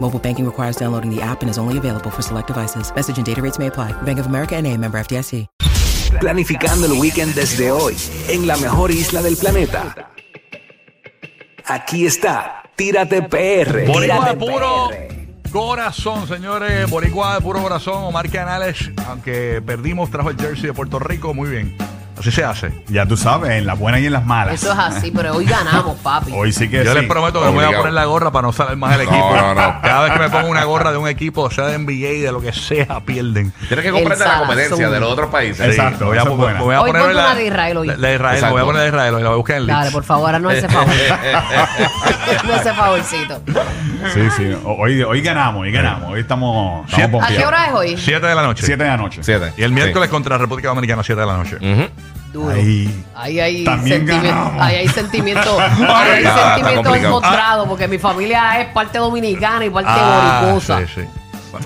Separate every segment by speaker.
Speaker 1: Mobile banking requires downloading the app and is only available for select devices. Message and data rates may apply. Bank of America and a member FDIC.
Speaker 2: Planificando el weekend desde hoy en la mejor isla del planeta. Aquí está, Tírate PR.
Speaker 3: Boricua
Speaker 2: Tírate
Speaker 3: de puro
Speaker 2: PR.
Speaker 3: corazón, señores. Boricua de puro corazón. Omar Canales, aunque perdimos, trajo el jersey de Puerto Rico. Muy bien. Así se hace.
Speaker 4: Ya tú sabes, en las buenas y en las malas.
Speaker 5: Eso es así, pero hoy ganamos, papi.
Speaker 4: Hoy sí que
Speaker 3: Yo
Speaker 4: sí.
Speaker 3: les prometo que no me voy a
Speaker 6: Obligado.
Speaker 3: poner la gorra para no salir más del
Speaker 6: No,
Speaker 3: equipo.
Speaker 6: no, no.
Speaker 3: Cada vez que me pongo una gorra de un equipo, sea de NBA, de lo que sea, pierden.
Speaker 6: Tienes que comprarte
Speaker 5: El
Speaker 6: la
Speaker 5: salazón.
Speaker 6: competencia de los otros países.
Speaker 3: Me
Speaker 4: Exacto,
Speaker 3: voy a,
Speaker 4: esa es
Speaker 3: me voy a
Speaker 4: buena.
Speaker 5: Hoy
Speaker 3: poner
Speaker 5: ponte
Speaker 3: la,
Speaker 5: una de Israel hoy.
Speaker 3: La, la de Israel,
Speaker 6: Exacto.
Speaker 3: me voy a poner la de Israel hoy. La voy a buscar en
Speaker 5: Dale,
Speaker 3: Leeds.
Speaker 5: por favor, haznos ese favor. Haznos ese favorcito.
Speaker 4: Sí, sí. O- Hoy, hoy ganamos, hoy ganamos. Hoy estamos, estamos
Speaker 3: ¿A qué
Speaker 5: ¿A
Speaker 4: pompeados.
Speaker 5: qué hora es hoy?
Speaker 3: Siete de la noche.
Speaker 4: Siete de la noche.
Speaker 6: Siete.
Speaker 3: Y el miércoles contra República Dominicana, siete de la noche.
Speaker 5: Duro.
Speaker 4: Ahí.
Speaker 5: Ahí hay
Speaker 4: También
Speaker 5: sentimientos,
Speaker 4: ganamos.
Speaker 5: ahí hay sentimientos, ahí hay
Speaker 6: Está- está
Speaker 5: sentimientos
Speaker 6: complicado.
Speaker 5: encontrados, porque mi familia es parte dominicana y parte
Speaker 3: Ah,
Speaker 5: boricusa.
Speaker 3: sí, sí.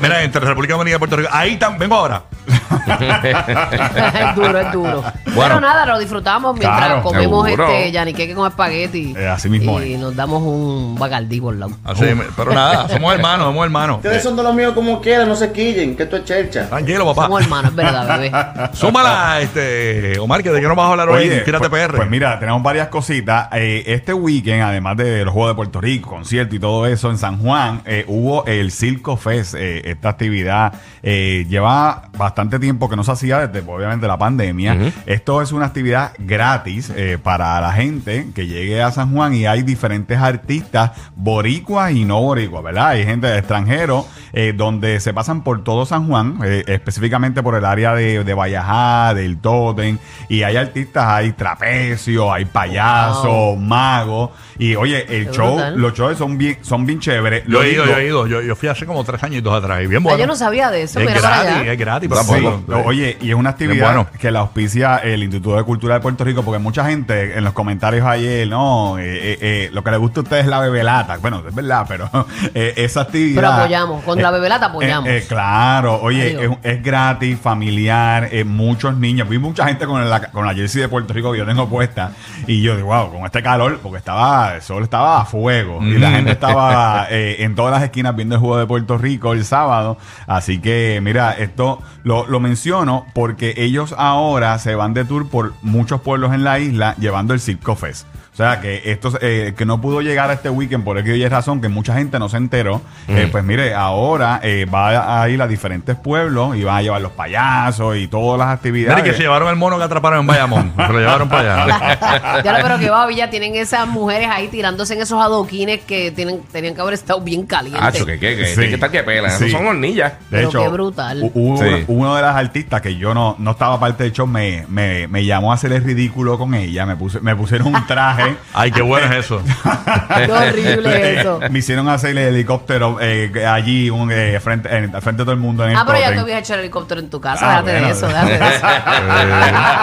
Speaker 3: Mira, entre República Dominicana y Puerto Rico. Ahí tam- vengo ahora.
Speaker 5: es duro, es duro.
Speaker 6: Bueno.
Speaker 5: Pero nada, lo disfrutamos mientras
Speaker 4: Claro,
Speaker 5: comemos
Speaker 6: seguro.
Speaker 5: este yaniqueque con espagueti.
Speaker 4: Eh, así mismo
Speaker 5: Y
Speaker 4: es.
Speaker 5: nos damos un bacardí por lado.
Speaker 3: Así, Ah, me- pero nada, somos hermanos, somos hermanos.
Speaker 7: Ustedes son de los míos como quieran, no se quillen, que esto es chercha.
Speaker 3: Tranquilo, papá.
Speaker 5: Somos hermanos, es verdad, bebé.
Speaker 3: Súmala, este, Omar, que de qué nos vas a hablar hoy. en Tírate
Speaker 4: pues,
Speaker 3: PR.
Speaker 4: pues mira, tenemos varias cositas. Eh, este weekend, además de los Juegos de Puerto Rico, concierto y todo eso en San Juan, eh, hubo el Circo Fest. eh, esta actividad eh, lleva bastante tiempo que no se hacía desde, obviamente, la pandemia. Esto es una actividad gratis eh, para la gente que llegue a San Juan y hay diferentes artistas boricuas y no boricuas, ¿verdad? Hay gente de extranjero eh, donde se pasan por todo San Juan, eh, específicamente por el área de, de Vallajá, del Totem, y hay artistas, hay trapecio, hay payaso,
Speaker 5: Wow.
Speaker 4: mago, y oye, el
Speaker 5: Qué
Speaker 4: show,
Speaker 5: brutal.
Speaker 4: los shows son bien, son bien chéveres.
Speaker 3: yo
Speaker 4: Lo
Speaker 3: he ido,
Speaker 4: digo-
Speaker 3: yo he ido. Yo, yo fui hace como tres añitos atrás. Y bien bueno.
Speaker 5: Ah, yo no sabía de eso,
Speaker 3: es
Speaker 5: mira para
Speaker 3: gratis,
Speaker 5: allá.
Speaker 3: es gratis.
Speaker 4: Sí,
Speaker 3: pero bueno,
Speaker 4: lo-
Speaker 3: sí.
Speaker 4: Oye, y es una actividad
Speaker 3: bueno.
Speaker 4: que la auspicia el Instituto de Cultura de Puerto Rico, porque mucha gente en los comentarios ayer, no, eh, eh, eh, lo que le gusta a ustedes es la bebelata. Bueno, es verdad, pero eh, esa actividad.
Speaker 5: Pero apoyamos, con la bebelata
Speaker 4: eh,
Speaker 5: apoyamos.
Speaker 4: eh, claro,
Speaker 5: Ay,
Speaker 4: oye,
Speaker 5: Dios.
Speaker 4: es, es gratis, familiar, eh, muchos niños. Vi mucha gente con la, con la jersey de Puerto Rico que yo tengo puesta. Y yo digo, wow, con este calor, porque estaba, el sol estaba a fuego. Y la
Speaker 3: Mm.
Speaker 4: gente estaba eh, en todas las esquinas viendo el juego de Puerto Rico el sábado. Así que, mira, esto lo, lo menciono porque ellos ahora se van de tour por muchos pueblos en la isla llevando el Circo Fest. O sea, que esto eh, que no pudo llegar a este weekend por X y Y razón, que mucha gente no se enteró. Eh,
Speaker 3: Mm.
Speaker 4: pues mire, ahora eh, va a ir a diferentes pueblos y van a llevar los payasos y todas las actividades.
Speaker 3: Mira que se llevaron el mono que atraparon en Bayamón. se lo llevaron para allá.
Speaker 5: Ya lo pero que va, Villa, tienen esas mujeres ahí tirándose en esos adoquines que tienen, tenían que haber estado bien calientes.
Speaker 6: Hacho, que que, que,
Speaker 4: Sí.
Speaker 6: tiene que estar que pela.
Speaker 4: Sí.
Speaker 6: Eso son hornillas.
Speaker 4: De
Speaker 5: Pero
Speaker 4: hecho,
Speaker 5: qué brutal.
Speaker 4: u- Hubo
Speaker 6: Sí.
Speaker 4: una- uno de las artistas que yo no, no estaba parte del show me, me, me llamó a hacer el ridículo con ella. Me, puse, me pusieron un traje.
Speaker 3: Ay, qué bueno es eso.
Speaker 5: Qué horrible
Speaker 4: Eh,
Speaker 5: eso.
Speaker 4: me hicieron hacer el helicóptero eh, allí un, eh, frente, en- al frente de todo el mundo en el
Speaker 5: Ah, pero ya
Speaker 4: totem.
Speaker 5: tú habías hecho el helicóptero en tu casa.
Speaker 4: Ah,
Speaker 5: déjate de
Speaker 4: bueno.
Speaker 5: eso, déjate
Speaker 3: Eh,
Speaker 5: de eso.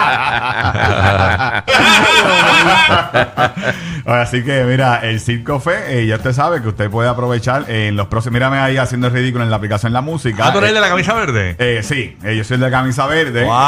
Speaker 4: Ahora, Así que mira, el Circo Fe, eh, ya usted sabe que usted puede aprovechar eh, en los próximos. Mírame ahí haciendo el ridículo en la aplicación La Música.
Speaker 3: Ah, tú eres
Speaker 4: Eh,
Speaker 3: de la camisa verde.
Speaker 4: eh, sí, eh, yo soy el de camisa verde.
Speaker 3: Wow.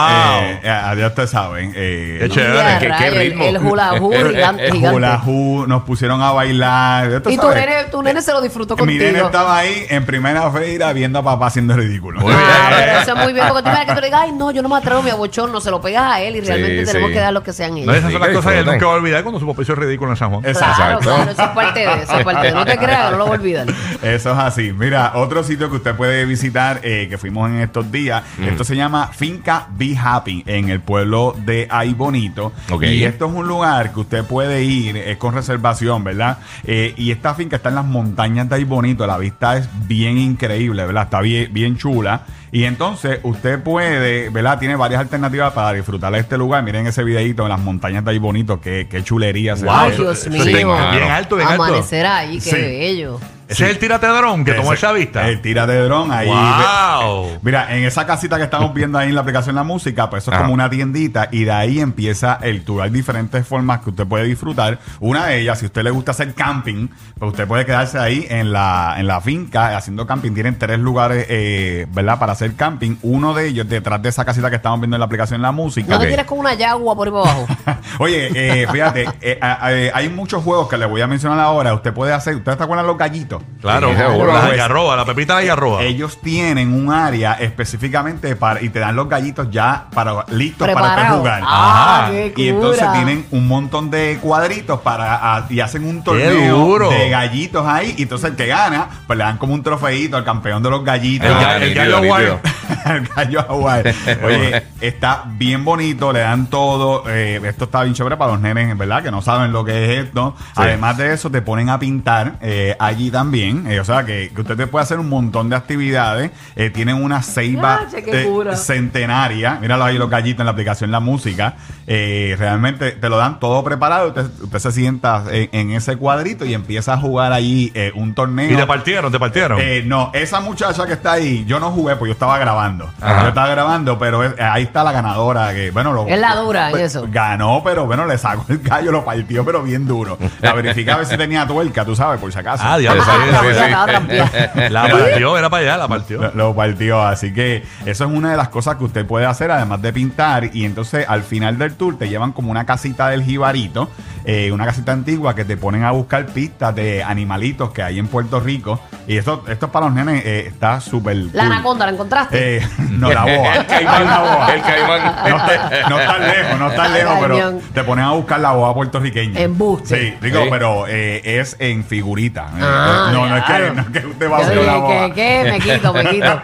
Speaker 4: Eh, eh, ya ustedes saben. eh,
Speaker 3: Qué
Speaker 4: no-
Speaker 3: chévere.
Speaker 5: Ya,
Speaker 6: qué- qué
Speaker 5: rayos, el-
Speaker 6: ritmo.
Speaker 5: El hula hoop gigante. gigante.
Speaker 4: Hula hoop, nos pusieron a bailar. ya usted
Speaker 5: Y tu
Speaker 4: sabe. Eh,
Speaker 5: nene, tu nene se lo disfrutó
Speaker 4: Mi nene
Speaker 5: contigo.
Speaker 4: estaba ahí en primera fila viendo a papá haciendo el ridículo.
Speaker 3: Muy bien.
Speaker 5: Ah, pero eso es muy bien, porque tú me que tú le digas, ay, no, yo no me atrevo, mi abochorno, se lo pegas a él y realmente
Speaker 6: Sí,
Speaker 5: tenemos
Speaker 6: sí.
Speaker 5: que dar lo que sean
Speaker 3: No,
Speaker 5: ellos.
Speaker 3: esas son las
Speaker 6: Sí, qué
Speaker 3: cosas que él nunca va
Speaker 6: disfruten.
Speaker 3: a olvidar cuando su papá hizo el ridículo en San Juan.
Speaker 5: Claro,
Speaker 6: Exacto.
Speaker 5: claro, eso es parte de eso. Es parte de, no te creas, no lo voy a olvidar.
Speaker 4: Eso es así. Mira, otro sitio que usted puede visitar, eh, que fuimos en estos días, esto se llama Finca Be Happy, en el pueblo de Ay Bonito.
Speaker 6: Ok.
Speaker 4: Y esto es un lugar que usted puede ir, es con reservación, ¿verdad? Eh, y esta finca está en las montañas de Ay Bonito, la vista es bien increíble, ¿verdad? Está bien, bien chula. Y entonces usted puede, ¿verdad? Tiene varias alternativas para disfrutar de este lugar. Miren ese videito en las montañas de Ay Bonito, qué, qué chulería se
Speaker 5: Ay,
Speaker 4: ve.
Speaker 5: Dios mío.
Speaker 3: bien
Speaker 6: claro.
Speaker 3: alto, bien alto.
Speaker 5: Amanecer ahí, qué
Speaker 4: Sí.
Speaker 5: bello.
Speaker 3: Ese es el tiratedrón que tomó esa vista.
Speaker 4: El tira de dron ahí.
Speaker 3: ¡Wow!
Speaker 4: Mira, en esa casita que estamos viendo ahí en la aplicación La Música, pues eso es
Speaker 6: Ajá.
Speaker 4: como una tiendita y de ahí empieza el tour. Hay diferentes formas que usted puede disfrutar. Una de ellas, si a usted le gusta hacer camping, pues usted puede quedarse ahí en la, en la finca haciendo camping. Tienen tres lugares, eh, ¿verdad?, para hacer camping. Uno de ellos detrás de esa casita que estamos viendo en la aplicación La Música.
Speaker 5: No te
Speaker 4: Ok.
Speaker 5: tiras con una yagua por ahí para abajo.
Speaker 4: Oye, eh, fíjate, eh, a- a- eh, hay muchos juegos que le voy a mencionar ahora. Usted puede hacer, ¿usted está acuerdan los gallitos?
Speaker 3: Claro,
Speaker 6: Sí, seguro.
Speaker 3: la
Speaker 4: Pues,
Speaker 3: algarroba, la pepita de la algarroba.
Speaker 4: Ellos tienen un área específicamente para y te dan los gallitos ya para listos para usted
Speaker 5: Preparado.
Speaker 4: jugar.
Speaker 5: Ah, qué
Speaker 4: Y entonces
Speaker 5: cura.
Speaker 4: tienen un montón de cuadritos para a- y hacen un torneo
Speaker 3: duro.
Speaker 4: de gallitos ahí y entonces el que gana pues le dan como un trofeito al campeón de los gallitos.
Speaker 3: El,
Speaker 6: Ah,
Speaker 3: ga- el
Speaker 6: nítido,
Speaker 3: gallo
Speaker 6: nítido.
Speaker 3: guayo.
Speaker 4: El gallo aguar. Oye, está bien bonito, le dan todo. eh, esto está bien chévere para los nenes, ¿verdad? Que no saben lo que es esto. Además de eso, te ponen a pintar eh, allí también. Eh, o sea, que, que usted te puede hacer un montón de actividades. Eh, tienen una ceiba
Speaker 5: Ya, che, qué cura.
Speaker 4: centenaria. Míralo ahí, los gallitos en la aplicación La Música. Eh, realmente te lo dan todo preparado. Usted, usted se sienta en, en ese cuadrito y empieza a jugar allí eh, un torneo.
Speaker 3: Y te partieron, te partieron.
Speaker 4: Eh, no, esa muchacha que está ahí, yo no jugué porque yo estaba grabando.
Speaker 6: Ajá.
Speaker 4: Yo estaba grabando, pero es- eh, ahí está la ganadora. Que, bueno, lo-
Speaker 5: Es la dura en
Speaker 4: pe-
Speaker 5: eso.
Speaker 4: Ganó, pero bueno, le sacó el gallo, lo partió, pero bien duro. La verificaba a ver si tenía tuerca, tú sabes, por si acaso.
Speaker 3: ah, diablo,
Speaker 6: Sí,
Speaker 3: esa-
Speaker 6: sí, sí.
Speaker 5: Otra, otra,
Speaker 4: eh,
Speaker 5: otra.
Speaker 3: Eh, La partió, era para allá, la partió.
Speaker 4: Lo, lo partió, así que eso es una de las cosas que usted puede hacer, además de pintar. Y entonces al final del tour te llevan como una casita del jibarito, eh, una casita antigua que te ponen a buscar pistas de animalitos que hay en Puerto Rico. Y esto, esto es para los nenes, eh, está súper.
Speaker 5: La
Speaker 4: cool.
Speaker 5: anaconda, ¿la encontraste?
Speaker 4: Eh, no, la boa.
Speaker 6: El caimán,
Speaker 4: La boa.
Speaker 6: el caimán.
Speaker 4: No está, no está lejos, no está lejos, pero
Speaker 5: Cañón.
Speaker 4: te ponen a buscar la boa puertorriqueña.
Speaker 5: Embuste.
Speaker 4: Sí, digo,
Speaker 6: Sí.
Speaker 4: pero eh, es en figurita. Eh,
Speaker 5: Ah,
Speaker 4: no, no es, que,
Speaker 5: claro.
Speaker 4: no es que usted va a
Speaker 5: Yo
Speaker 4: hacer la
Speaker 5: dije,
Speaker 4: boa.
Speaker 5: ¿qué, qué? Me quito, me quito.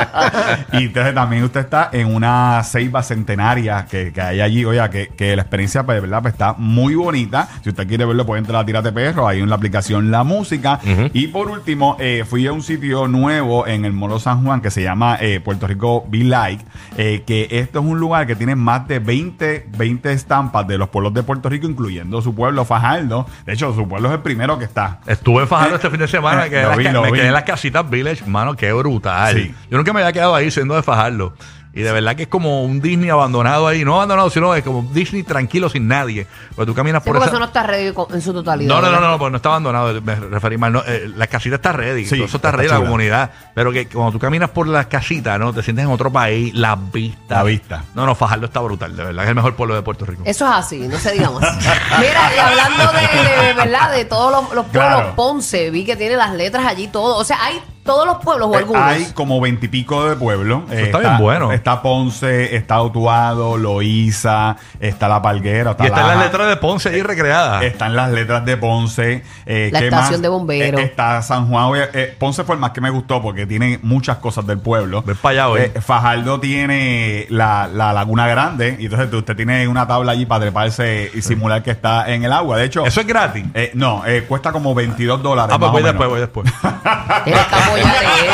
Speaker 4: y entonces también usted está en una ceiba centenaria que, que hay allí, oiga, que, que la experiencia, pues, de verdad, pues, está muy bonita. Si usted quiere verlo, puede entrar a Tírate Perro, ahí en la aplicación La Música. Y por último, eh, fui a un sitio nuevo en el Molo San Juan que se llama eh, Puerto Rico Be Like, eh, que esto es un lugar que tiene más de 20, 20 estampas de los pueblos de Puerto Rico, incluyendo su pueblo Fajardo. De hecho, su pueblo es el primero que está.
Speaker 3: Estuve fajando este fin de semana, me
Speaker 4: Eh,
Speaker 3: quedé, en
Speaker 4: lo
Speaker 3: las
Speaker 4: vi,
Speaker 3: ca-
Speaker 4: lo
Speaker 3: me
Speaker 4: vi.
Speaker 3: quedé en las casitas Village, mano, qué brutal.
Speaker 4: Sí.
Speaker 3: Yo nunca me había quedado ahí siendo de fajarlo. Y de verdad que es como un Disney abandonado ahí. No abandonado, sino es como un Disney tranquilo sin nadie. Pero tú caminas
Speaker 5: Sí,
Speaker 3: por
Speaker 5: porque
Speaker 3: esa...
Speaker 5: eso no está ready con- en su totalidad.
Speaker 3: No, no, no,
Speaker 5: ¿verdad?
Speaker 3: no, pues no está abandonado, me referí mal. No, eh, la casita está ready,
Speaker 4: Sí,
Speaker 3: todo eso está,
Speaker 4: está
Speaker 3: ready, la
Speaker 4: chula.
Speaker 3: comunidad. Pero que cuando tú caminas por las casitas, ¿no? Te sientes en otro país, las vistas.
Speaker 4: La vista.
Speaker 3: No, no, Fajardo está brutal, de verdad, es el mejor pueblo de Puerto Rico.
Speaker 5: Eso es así, no se diga más. Mira, y hablando de, de- de verdad, de todos los, los pueblos,
Speaker 4: Claro.
Speaker 5: Ponce, vi que tiene las letras allí, todo. O sea, hay todos los pueblos o
Speaker 4: Eh,
Speaker 5: algunos.
Speaker 4: Hay como veintipico de pueblos. Eh,
Speaker 3: está bien bueno.
Speaker 4: Está Ponce, está Utuado, Loíza, está La Palguera. Está
Speaker 3: y están
Speaker 4: Laja.
Speaker 3: las letras de Ponce
Speaker 4: Eh,
Speaker 3: ahí recreadas.
Speaker 4: Están las letras de Ponce. eh,
Speaker 5: La
Speaker 4: ¿qué
Speaker 5: estación
Speaker 4: más?
Speaker 5: de bomberos.
Speaker 4: Eh, está San Juan. Oye, eh, Ponce fue el más que me gustó porque tiene muchas cosas del pueblo.
Speaker 3: Ven pa' allá hoy.
Speaker 4: Eh, Fajardo tiene la, la Laguna Grande. Y entonces tú- usted tiene una tabla allí para treparse y simular que está en el agua. De hecho,
Speaker 3: Eso es gratis.
Speaker 4: eh, no, eh, cuesta como 22 dólares.
Speaker 3: ah, pues
Speaker 4: más
Speaker 3: voy
Speaker 4: o menos.
Speaker 3: después, voy después.
Speaker 5: Tienes que apoyar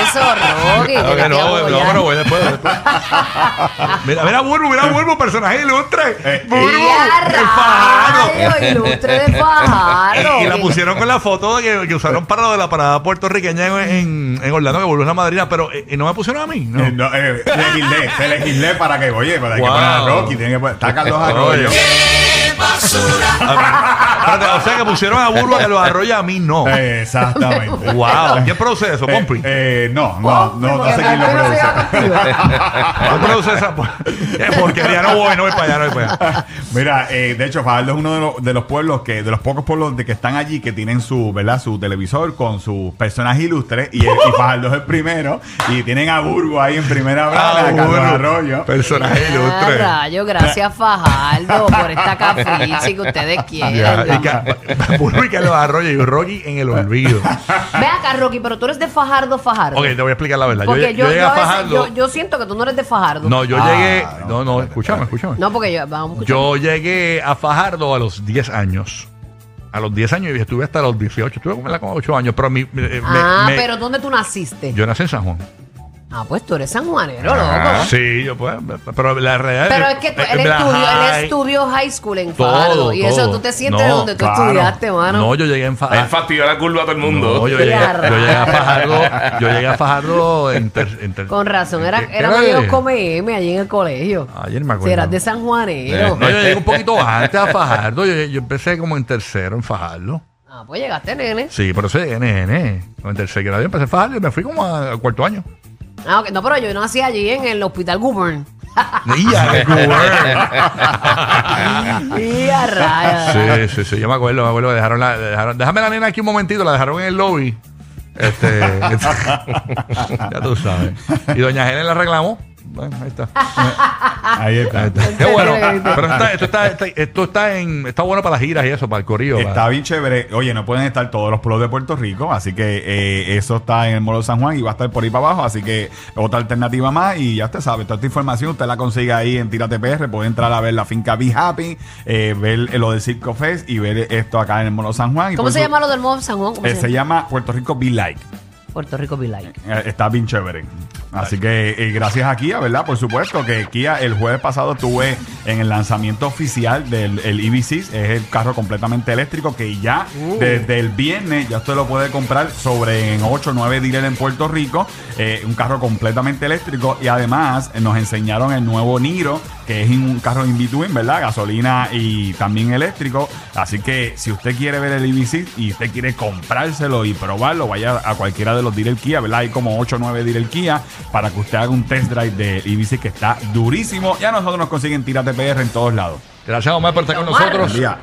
Speaker 5: eso, Rocky.
Speaker 3: Ah,
Speaker 5: tienes
Speaker 3: que
Speaker 5: que
Speaker 3: no,
Speaker 5: apoyar.
Speaker 3: no, pero voy después, voy después. mira, mira Burbu, mira Burbu, personaje ilustre.
Speaker 4: Eh,
Speaker 3: Burbu,
Speaker 5: Y a
Speaker 3: el Fajardo.
Speaker 5: rayos,
Speaker 3: Eh,
Speaker 5: ilustre de Fajardo.
Speaker 3: Y la pusieron con la foto que, que usaron para lo de la parada puertorriqueña en, en, en Orlando, que volvió la madrina, pero eh, no me pusieron a mí. No.
Speaker 4: Eh, no, eh, legislé, te legislé para que, oye, para que
Speaker 3: Wow.
Speaker 4: poner a Rocky, tiene que poner, está Carlos Arroyo.
Speaker 3: Oye. Espérate, o sea que pusieron a Burba que lo arrolla a mí, no.
Speaker 4: Eh, Exactamente.
Speaker 3: Wow. ¿Qué proceso,
Speaker 4: Eh,
Speaker 3: Pompi?
Speaker 4: eh, no, no, no, no sé quién lo
Speaker 5: Pero
Speaker 4: produce.
Speaker 5: se va contigo.
Speaker 3: ¿Qué produce esa po- eh, porquería? No voy, no voy para allá, no voy para allá.
Speaker 4: Mira, eh, de hecho, Fajardo es uno de los, de los pueblos que, de los pocos pueblos de que están allí que tienen su, ¿verdad? Su televisor con sus personajes ilustres y, el- y Fajardo es el primero y tienen a Burgo ahí en primera plana, a Carlos
Speaker 3: Burbu.
Speaker 4: Arroyo.
Speaker 3: Ah, Pues, Personaje
Speaker 5: Ah,
Speaker 3: ilustre.
Speaker 5: rayo, gracias Fajardo por esta capricha que ustedes
Speaker 3: Ya,
Speaker 5: quieren.
Speaker 3: y Ca- Burbu y Carlos Arroyo y Rocky en el olvido.
Speaker 5: Ve acá, Rocky, pero tú eres de Fajardo, Fajardo.
Speaker 3: Ok, te voy a explicar la verdad. Yo,
Speaker 5: Porque
Speaker 3: lle- yo
Speaker 5: yo,
Speaker 3: llegué
Speaker 5: yo
Speaker 3: a
Speaker 5: a veces-
Speaker 3: Fajardo.
Speaker 5: yo- yo siento que tú no eres de Fajardo.
Speaker 3: No, yo
Speaker 4: Ah,
Speaker 3: llegué.
Speaker 4: no,
Speaker 3: No, no, escúchame, escúchame.
Speaker 5: No, porque yo, vamos a escuchar.
Speaker 3: Yo llegué a Fajardo a los 10 años. A los 10 años y estuve hasta los 18. Estuve como, como 8 años, pero mi, me- me-
Speaker 5: ah,
Speaker 3: me-
Speaker 5: pero ¿dónde tú naciste?
Speaker 3: yo nací en San Juan.
Speaker 5: Ah, pues tú eres sanjuanero, loco.
Speaker 6: Ah.
Speaker 3: Sí, yo pues, pero la realidad
Speaker 5: Ah. Pero es que tú-
Speaker 3: eh,
Speaker 5: él,
Speaker 3: la
Speaker 5: estudió, él
Speaker 3: high-
Speaker 5: estudió high school en
Speaker 3: todo,
Speaker 5: Fajardo. y eso
Speaker 3: todo.
Speaker 5: tú te sientes
Speaker 3: No,
Speaker 5: donde tú
Speaker 4: claro.
Speaker 5: estudiaste, mano.
Speaker 3: No, yo llegué en
Speaker 6: Él
Speaker 3: Fajardo.
Speaker 6: fastidió la curva a todo el mundo.
Speaker 3: No, yo llegué,
Speaker 5: Ya,
Speaker 3: yo llegué a Fajardo. Yo llegué a Fajardo en ter- en ter-
Speaker 5: Con razón, era,
Speaker 3: ¿Qué- qué
Speaker 5: éramos
Speaker 3: era? Ah,
Speaker 5: ellos come M allí en el colegio.
Speaker 3: Ayer me
Speaker 5: Si
Speaker 3: acuerdo. Eh,
Speaker 5: eras de San Juanero.
Speaker 3: No, yo llegué un poquito antes a Fajardo. Yo, yo empecé como en tercero en Fajardo.
Speaker 5: Ah, pues llegaste, nene.
Speaker 3: Sí, pero eso es NN. En tercer grado yo empecé a Fajardo y me fui como a- al cuarto año.
Speaker 5: Ah, ok. No, pero yo nací allí en el Hospital Gouvern.
Speaker 3: ¡Ya, qué
Speaker 4: Ah,
Speaker 5: y a rayas.
Speaker 3: ¿eh? Sí, sí, sí, yo me acuerdo, me acuerdo que dejaron la, dejaron, déjame la nena aquí un momentito, la dejaron en el lobby. Este, ya tú sabes. Y doña Helen la reclamó. Bueno, ahí está.
Speaker 4: Ahí está.
Speaker 3: Ahí está. Qué bueno. Pero está- esto está, está- esto está en, está bueno para las giras y eso, para el corrido. para-
Speaker 4: Está bien chévere. Oye, no pueden estar todos los pueblos de Puerto Rico, así que eh, eso está en el Molo de San Juan y va a estar por ahí para abajo. Así que otra alternativa más y ya usted sabe, toda esta información usted la consigue ahí en Tírate PR. Puede entrar a ver la finca Be Happy, eh, ver eh, lo del Circo Fest y ver esto acá en el Molo San Juan. Y
Speaker 5: ¿Cómo
Speaker 4: por
Speaker 5: se
Speaker 4: su-
Speaker 5: llama lo del Mob San Juan? ¿Cómo
Speaker 4: Eh, se llama Puerto Rico Be Like.
Speaker 5: Puerto Rico Be Like.
Speaker 4: Eh, Está bien chévere. Así que eh, gracias a Kia, ¿verdad? Por supuesto que Kia el jueves pasado tuve en el lanzamiento oficial del el EV6, es el carro completamente eléctrico que ya desde el viernes ya usted lo puede comprar sobre en 8 o 9 dealers en Puerto Rico, eh, un carro completamente eléctrico y además eh, nos enseñaron el nuevo Niro, que es un carro in between, ¿verdad? Gasolina y también eléctrico. Así que si usted quiere ver el EV6 y usted quiere comprárselo y probarlo, vaya a cualquiera de los dealers Kia, ¿verdad? Hay como 8 o 9 dealers Kia para que usted haga un test drive E del EV6 que está durísimo. Ya nosotros nos consiguen Tírate PR en todos lados.
Speaker 3: Gracias, Omar, por estar con
Speaker 5: Omar.
Speaker 3: nosotros.
Speaker 4: Buen día.